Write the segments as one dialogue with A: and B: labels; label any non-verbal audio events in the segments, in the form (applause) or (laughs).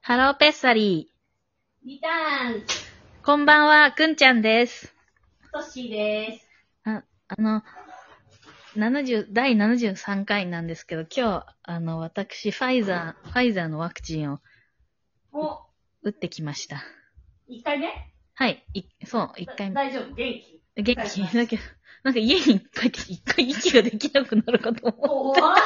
A: ハローペッサリ
B: リターン、
A: ー。こんばんは、くんちゃんです。
B: トッシーです。
A: あ、あの、70、第73回なんですけど、今日、あの、私、ファイザー、ファイザーのワクチンを
B: お、
A: 打ってきました。
B: 一回目
A: はい、いそう、一回目。
B: 大丈夫、元
A: (laughs)
B: 気。
A: 元
B: 大
A: 気
B: 丈夫
A: だけど、なんか家にいっぱいって、一回息ができなくなるかと思
B: おわ
A: う。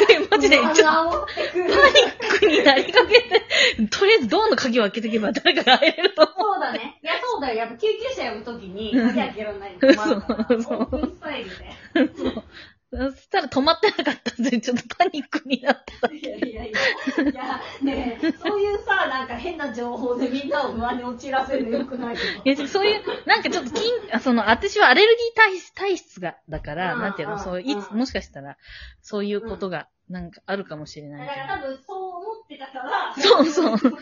A: 一回マジで、ちょっと
B: と。
A: パニックになりかけて、とりあえずドアの鍵を開けておけば誰かが入れると思う。
B: そうだね。いや、そうだよ。やっぱ救急車呼ぶときに、
A: うん
B: 鍵開けられないの困るから。
A: そう
B: オープンスタイル
A: そしたら止まってなかったんで、ちょっとパニックになってた。
B: で。いやいやいや。いや、ねえ、そういうさ、なんか変な情報でみんなを不安に陥らせるのよくないけど。
A: いや、そういう、なんかちょっと金、あその、私はアレルギー体質、体質が、だから、
B: うん
A: なんていうの、そう、
B: うん
A: いつ、
B: うん
A: もしかしたら、そういうことが、なんかあるかもしれな
B: だ
A: い
B: から多分そう思ってたから。
A: そうそうけど。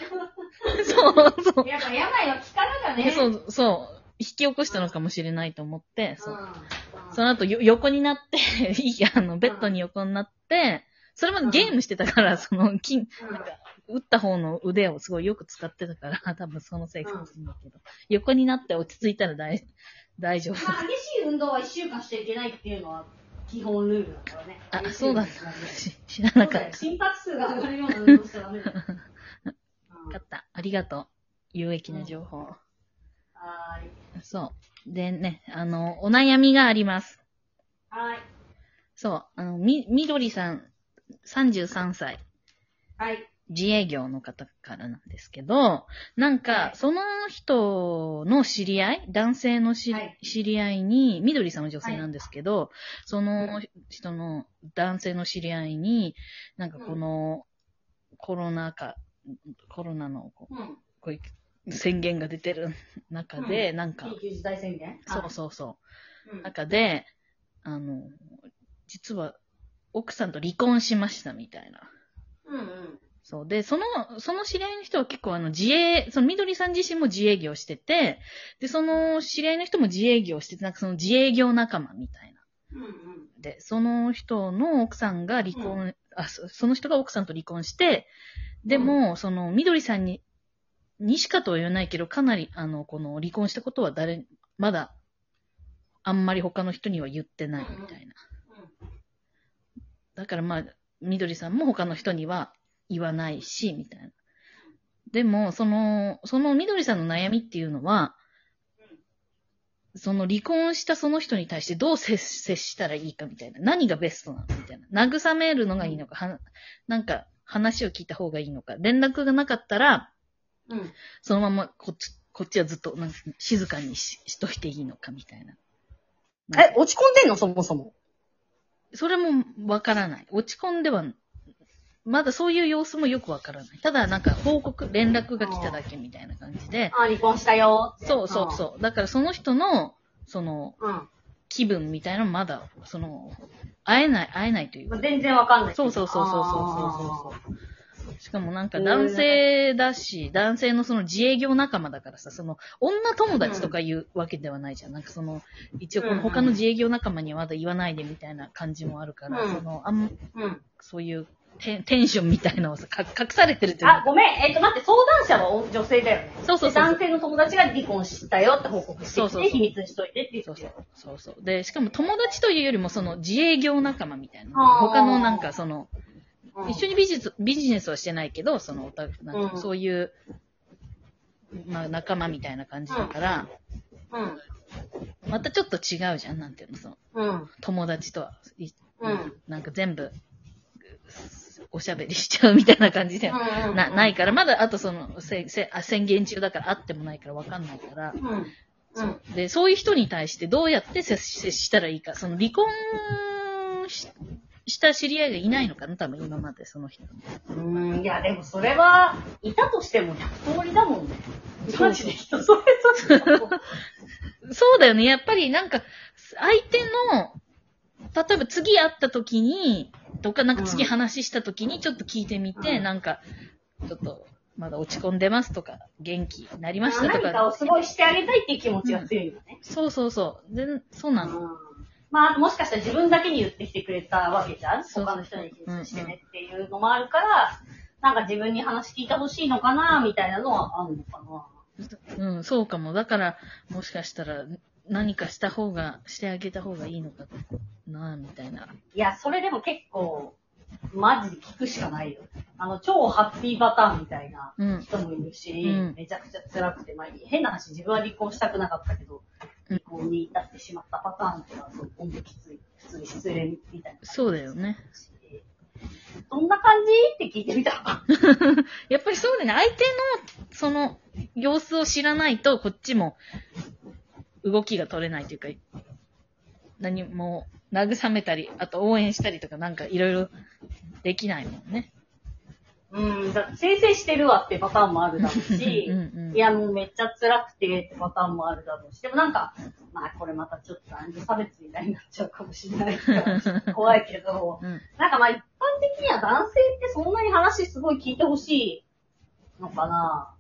A: そう、そう。
B: やっぱ病は気からだね。。
A: そうう、そう。引き起こしたのかもしれないと思って、そう。
B: ん。
A: その後、よ、横になって、 (laughs) いいや、あの、ベッドに横になって、それまでゲームしてたから、その、金、
B: うん
A: 打った方の腕をすごいよく使ってたから、 (laughs) 多分そのせいかもしれないけど、横になって落ち着いたら大、大丈夫。
B: まあ、激しい運動は1週間しちゃいけないっていうのは基本ルールだからね。
A: あ、
B: 激しい
A: そう
B: 運動
A: だ
B: は
A: っ
B: ね
A: (laughs) た。し知ら
B: そ
A: な
B: う
A: かっ
B: だよ
A: た。
B: 心拍数が上がるような運動しちゃダメだよ。うん
A: よかった。ありがとう。有益な情報。
B: はーい。
A: そう。でね、あの、お悩みがあります。
B: はーい。
A: そう。あの、み、みどりさん、33歳、
B: はい。
A: 自営業の方からなんですけど、なん
B: は
A: か、
B: い
A: その人の知り合い、男性の知り,、
B: はい
A: 知り合いに、みどりさんは女性
B: はい
A: なんですけど、その人の男性の知り合いに、なんかこの、コロナ禍、コロナのこう
B: うん。
A: こういう宣言が出てる中で、なんか、
B: 緊急事態宣言
A: そうそうそ
B: うん
A: う、。中で、あの、実は奥さんと離婚しましたみたいな。
B: うんうん。
A: そう。で、その、その知り合いの人は結構あの自営、そのみどりさん自身も自営業してて、で、その知り合いの人も自営業してて、なんかその自営業仲間みたいな。
B: うんうん。
A: で、その人の奥さんが離婚、あ、そその人が奥さんと離婚して、でも、その、みどりさんに、にしかとは言えないけど、かなり、あの、この、離婚したことは誰、まだ、あんまり他の人には言ってないみたいな。だからまあ、みどりさんも他の人には言わないし、みたいな。でも、その、そのみどりさんの悩みっていうのは、その離婚したその人に対してどう接接したらいいかみたいな。何がベストなのみたいな。慰めるのがいいのか、はなんか話を聞いた方がいいのか。連絡がなかったら、
B: うん。うん。
A: そのままこっち、こっちはずっとなんか静かにししといていいのかみたいな。なんか
C: え、落ち込んでんのそもそも。
A: それもわからない。落ち込んでは、まだそういう様子もよくわからない。ただなんか報告、連絡が来ただけみたいな感じで。
B: あ、離婚したよって。
A: そうそうそう。だからその人の、その、
B: うん。うん。
A: 気分みたいなのまだ、その、会えない、会えないという
B: ま
A: か
B: あ、。全然わかんない。
A: そうそうそうそうそう
B: そうそう。
A: しかもなんか男性だし、男性のその自営業仲間だからさ、その、女友達とかいうわけではないじゃん。なんかその、一応この他の自営業仲間にはまだ言わないでみたいな感じもあるから、
B: うん
A: その、あん
B: うん。
A: そういうテンテンションみたいなのをさ、か隠されてるっていうの
B: あ、ごめん。えっ、と、待って、相談者は女性だよね。
A: そうそうそう
B: で男性の友達が離婚したよって報告して
A: そう
B: き
A: そうそう
B: て、秘密にしといてって言
A: そ
B: っ
A: う
B: て
A: そ
B: よ
A: う。そうそう。で、しかも友達というよりもその自営業仲間みたいな。
B: あー
A: 他のなんかその、
B: うん
A: 一緒にビジネスビジネスはしてないけど、そのおたなん
B: う
A: か
B: ん
A: そういう、まあ仲間みたいな感じだから、
B: うん。
A: またちょっと違うじゃん、なんていうの、その
B: うん。
A: 友達とは、い
B: うん
A: なんか全部、おしゃべりしちゃうみたいな感じで、なないから、まだあとその、せせあ宣言中だから会ってもないからわかんないから、
B: うん。うん。うん。
A: で、そういう人に対してどうやって接し接したらいいか。その離婚しした知り合いがいないのかな多分今までその人。
B: うん。いや、でもそれは、いたとしても100通りだもんね。
A: そう
B: マジで人それぞれだもん。
A: そうだよね。やっぱりなんか、相手の、例えば次会った時に、とか、なんか次話した時にちょっと聞いてみて、
B: うん
A: なんか、ちょっと、まだ落ち込んでますとか、元気になりましたと
B: 何かを
A: か。
B: すごいしてあげたいっていう気持ちが強いんだね。
A: そうそうそう。で、そうなの。
B: まあ、あともしかしたら自分だけに言ってきてくれたわけじゃん
A: そう
B: 他の人に言ってねっていうのもあるから、なんか自分に話聞いてほしいのかな、みたいなのはあるのかな。
A: うん、そうかも。だから、もしかしたら、何かした方が、してあげた方がいいのかな、みたいな。
B: いや、それでも結構、マジで聞くしかないよ。あの、超ハッピーパターンみたいな
A: うん。
B: 人もいるし、
A: うん
B: めちゃくちゃ辛くて、まあ、変な話、自分は離婚したくなかったけど、
A: うん
B: 離婚に至ってしまったパターンとか、そう、ほんときつい。普通に失恋みたいな。
A: そうだよね。
B: どんな感じって聞いてみたら。
A: やっぱりそうだね。相手の、その、様子を知らないと、こっちも、動きが取れないというか、何も、慰めたり、あと応援したりとか、なんかいろいろ、できないもんね。
B: うん、だって、先生してるわってパターンもあるだろうし、
A: (laughs) うんうん
B: いや、もうめっちゃ辛くてってパターンもあるだろうし、でもなんか、まあこれまたちょっと男女差別みたいになっちゃうかもしれないから、怖いけど、
A: (laughs) うん。
B: なんかまあ一般的には男性ってそんなに話すごい聞いてほしいのかな。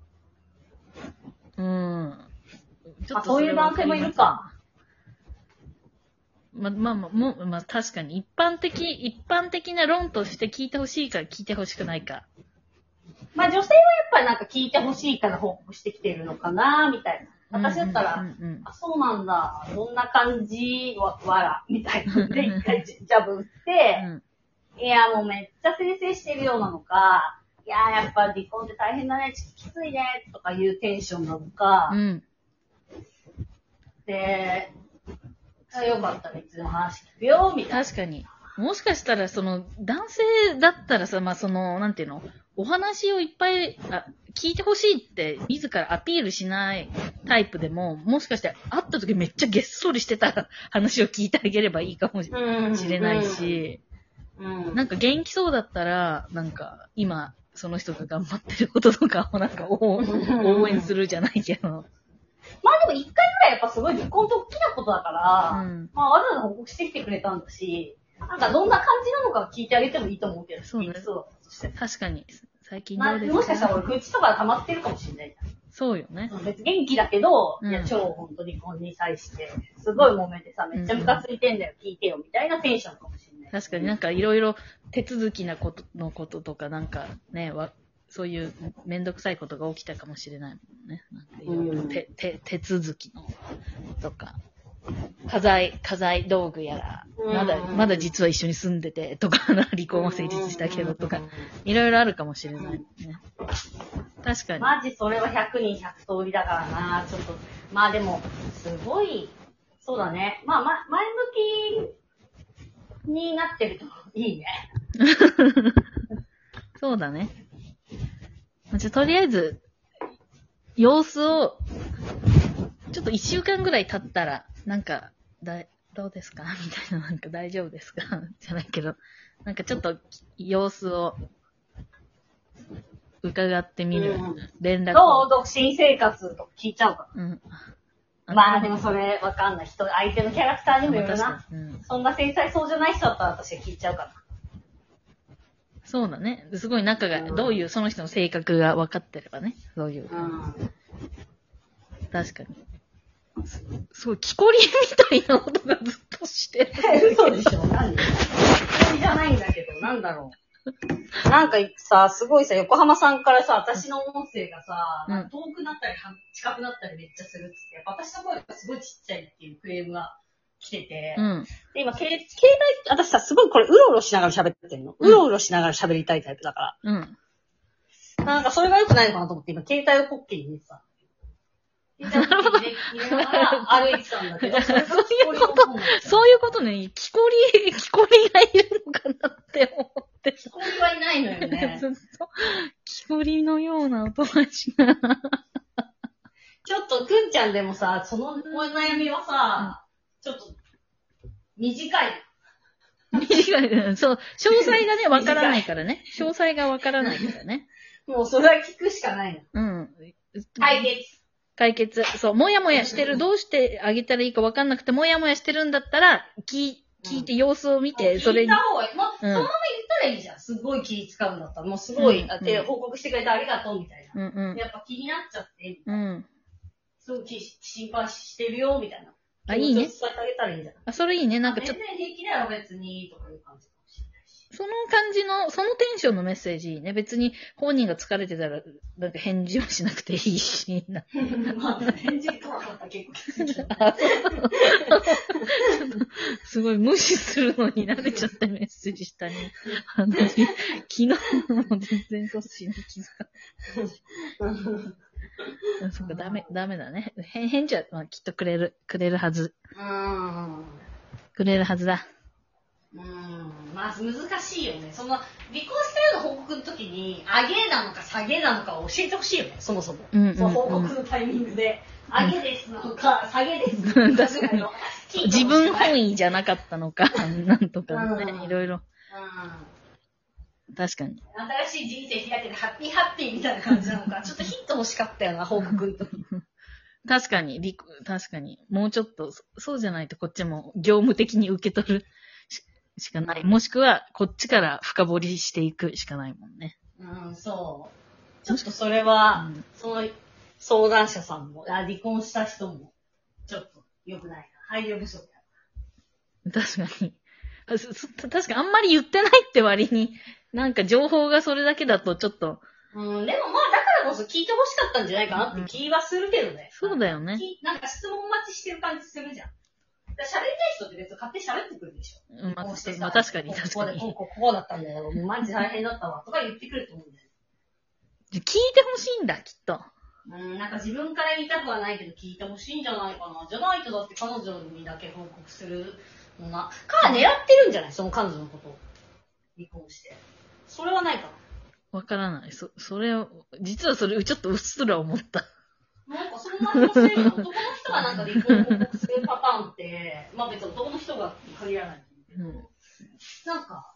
A: うん。ち
B: まあそういう男性もいるか。
A: ま、まあまあ、もう、まあ確かに、一般的、一般的な論として聞いてほしいか聞いてほしくないか。
B: まあ女性はやっぱりなんか聞いてほしいから報告してきてるのかな、みたいな。私だったら、
A: うんうん
B: あ、そうなんだ。どんな感じわ、わら、みたいなので、一回ジャブ打って、
A: うん
B: いや、もうめっちゃ先生してるようなのか、いや、やっぱ離婚って大変だね、ちょっときついね、とかいうテンションなのか、
A: うん。うん。
B: で、あよかったらいつでも話聞くよ、みたいな。
A: 確かに。もしかしたら、その、男性だったらさ、まあその、なんていうの、お話をいっぱい、あ、聞いてほしいって、自らアピールしないタイプでも、もしかして、会った時めっちゃげっそりしてた話を聞いてあげればいいかもし
B: うん
A: れない。し、
B: うん。
A: なんか元気そうだったら、なんか今、その人が頑張ってることとか (laughs) をなんか応応援するじゃないけど。
B: まあでも一回ぐらいやっぱすごい離婚って大きなことだから、
A: うん
B: まあわざわざ報告してきてくれたんだし、なんかどんな感じなのか聞いてあげてもいいと思うけど、
A: そうね
B: 聞きそうだったとしても。
A: 確かに、最近
B: ま
A: ど
B: あ、
A: うですか
B: もしかしたら俺、愚痴とか溜まってるかもしれないじゃん。
A: そうよね。
B: 別に元気だけど、
A: うん
B: いや、超本当に婚に際して、すごい揉めてさ、めっちゃムカついてんだよ、聞いてよ、みたいなテンションかもしれない。
A: 確かになんかいろいろ手続きなことのこととかなんかね、わそういうめんどくさいことが起きたかもしれないもんね。なんかいろいろ
B: うん
A: 手手手続きのとか、家財、家財道具やら、まだ、
B: うん
A: まだ実は一緒に住んでてとか、 (laughs) 離婚は成立したけどとか、いろいろあるかもしれないもんね。確かに。
B: マジそれは100人100通りだからな、ちょっと。まあでも、すごい、そうだね。まあ、ま、前向きになってると (laughs) いいね。
A: そうだね。じゃあ、とりあえず、様子を、ちょっと一週間ぐらい経ったら、なんか、だい、どうですかみたいな、なんか大丈夫ですかじゃないけど、なんかちょっと、様子を、伺ってみる
B: うん。
A: 連絡
B: どう
A: を。
B: 独身生活とか聞いちゃうか
A: うん。
B: ら。まあでもそれわかんない人、相手のキャラクターにもよる
A: 確
B: な
A: か。にうん
B: そんな繊細そうじゃない人だったら私は聞いちゃうから。
A: そうだね。すごい仲が、
B: うん
A: どういう、その人の性格が分かってればね。そういう。確かに。すすごい、木こりみたいな音がずっと
B: (laughs)
A: してる。
B: 嘘でしょ何それじゃないんだけど、なんだろう。なんかさ、すごいさ、横浜さんからさ、私の音声がさ、
A: うん
B: 遠くなったり、は近くなったりめっちゃするっつって、やっぱ私の声がすごいちっちゃいっていうクレームが来てて、
A: うん。
B: で今、携帯、
C: 私さ、すごいこれ、うろうろしながら喋ってんの。
A: うん
C: うろうろしながら喋りたいタイプだか
A: うん。
B: あなんかそれが良くないのかなと思って、今、携帯をポッケに入れてた。携帯をポッケに入れ入れながら歩いてたんだけど、それが聞こえると思う。
A: そういうことね、木こり、 (laughs) 木こりがいるのかなって思ってた。
B: 聞こえはいないのよね
A: ず。っと、木こりのような音がし
B: (laughs)
A: ながら。
B: ちょっと、くんちゃんでもさ、そのお悩みはさ、ちょっと、短い。
A: 短いうんそう、詳細がね、わからないからね。詳細がわからないからね。
B: もうそれは聞くしかないの。
A: うん。
B: 解決。
A: 解決。そう、もやもやしてる、どうしてあげたらいいかわかんなくて、もやもやしてるんだったら、聞い、聞いて様子を見て、それ
B: 聞い
A: に
B: た。方がいい。まあ、そ
A: うん
B: のまま言ったらいいじゃん。すごい気使うんだったら。もうすごい、
A: うん
B: あて報告してくれてありがとう、みたい
A: うん
B: な。やっぱ気になっちゃって、
A: うん。うん。
B: すごい気心配してるよ、みたいな。
A: あ、いいね
B: 気持。ちを伝えてあげたらいいじゃん。
A: あ、それいいね。なんかちょっと
B: 全然平気だよ、別に、とかいう感じかもしれないし。
A: その感じの、そのテンションのメッセージいいね。別に本人が疲れてたら、なんか返事をしなくていいし、なんか
B: (laughs) まあ、返事とはまた結構きついけ
A: (laughs)
B: ど。
A: すごい無視するのに慣れちゃってメッセージしたね。私、昨日も全然そっちに気づか
B: (laughs)
A: ない。そっか、ダメ、ダメだね。返返事は、まあ、きっとくれる、くれるはず。
B: うん。
A: くれるはずだ。
B: うん。まあ、難しいよね。その、離婚したような報告の時に、上げなのか下げなのかを教えてほしいよね、そもそも。
A: うん、うん
B: その報
A: う
B: 告
A: ん。
B: のタイミングで、上げですなのか、下げですなのか
A: 確かに
B: ぐらいのヒント
A: 自分
B: うん。
A: 本位じゃなかったのか、なんとかね
B: う、ん
A: いろいろ。確かに。
B: 新しい人生開けてハッピーハッピーみたいな感じなのか、ちょっとヒント欲しかったよな、報告の時。
A: 確かに、り確かに。もうちょっと、そそうじゃないとこっちも業務的に受け取るししかない。もしくは、こっちから深掘りしていくしかないもんね。
B: うん、そう。ちょっとそれは、
A: うん
B: その相談者さんも、あ離婚した人も、ちょっと良くないな。配慮不足だ。
A: 確かに。あそそ確かにあんまり言ってないって割に、なんか情報がそれだけだとちょっと、
B: うん、でもまあ、だからこそ聞いてほしかったんじゃないかなって気はするけどね。
A: そうだよね。
B: きなんか質問待ちしてる感じするじゃん。だから喋りたい人って別に勝手に喋ってくるでしょ。
A: うん、まあ、
B: こうしてさ
A: まあ確かに、
B: こ
A: 確
B: こ
A: か
B: で
A: に。
B: こうこうこうだったんだよ。マジ大変だったわ。とか言ってくると思うんだよ。
A: 聞いてほしいんだ、きっと。
B: うん、なんか自分から言いたくはないけど聞いてほしいんじゃないかな。じゃないとだって彼女にだけ報告するのな。か、狙ってるんじゃないその彼女のことを。離婚して。それはないか
A: わからない。そ、それを、実はそれ、ちょっとうっすら思った。
B: な。なんかそんな気もするよね。男の人がなんか離婚を報告するパターンって、まあ別に男の人が限らない。
A: うん
B: なんか、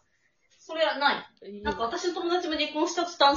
B: それはない。なんか私の友達も離婚したって言ったん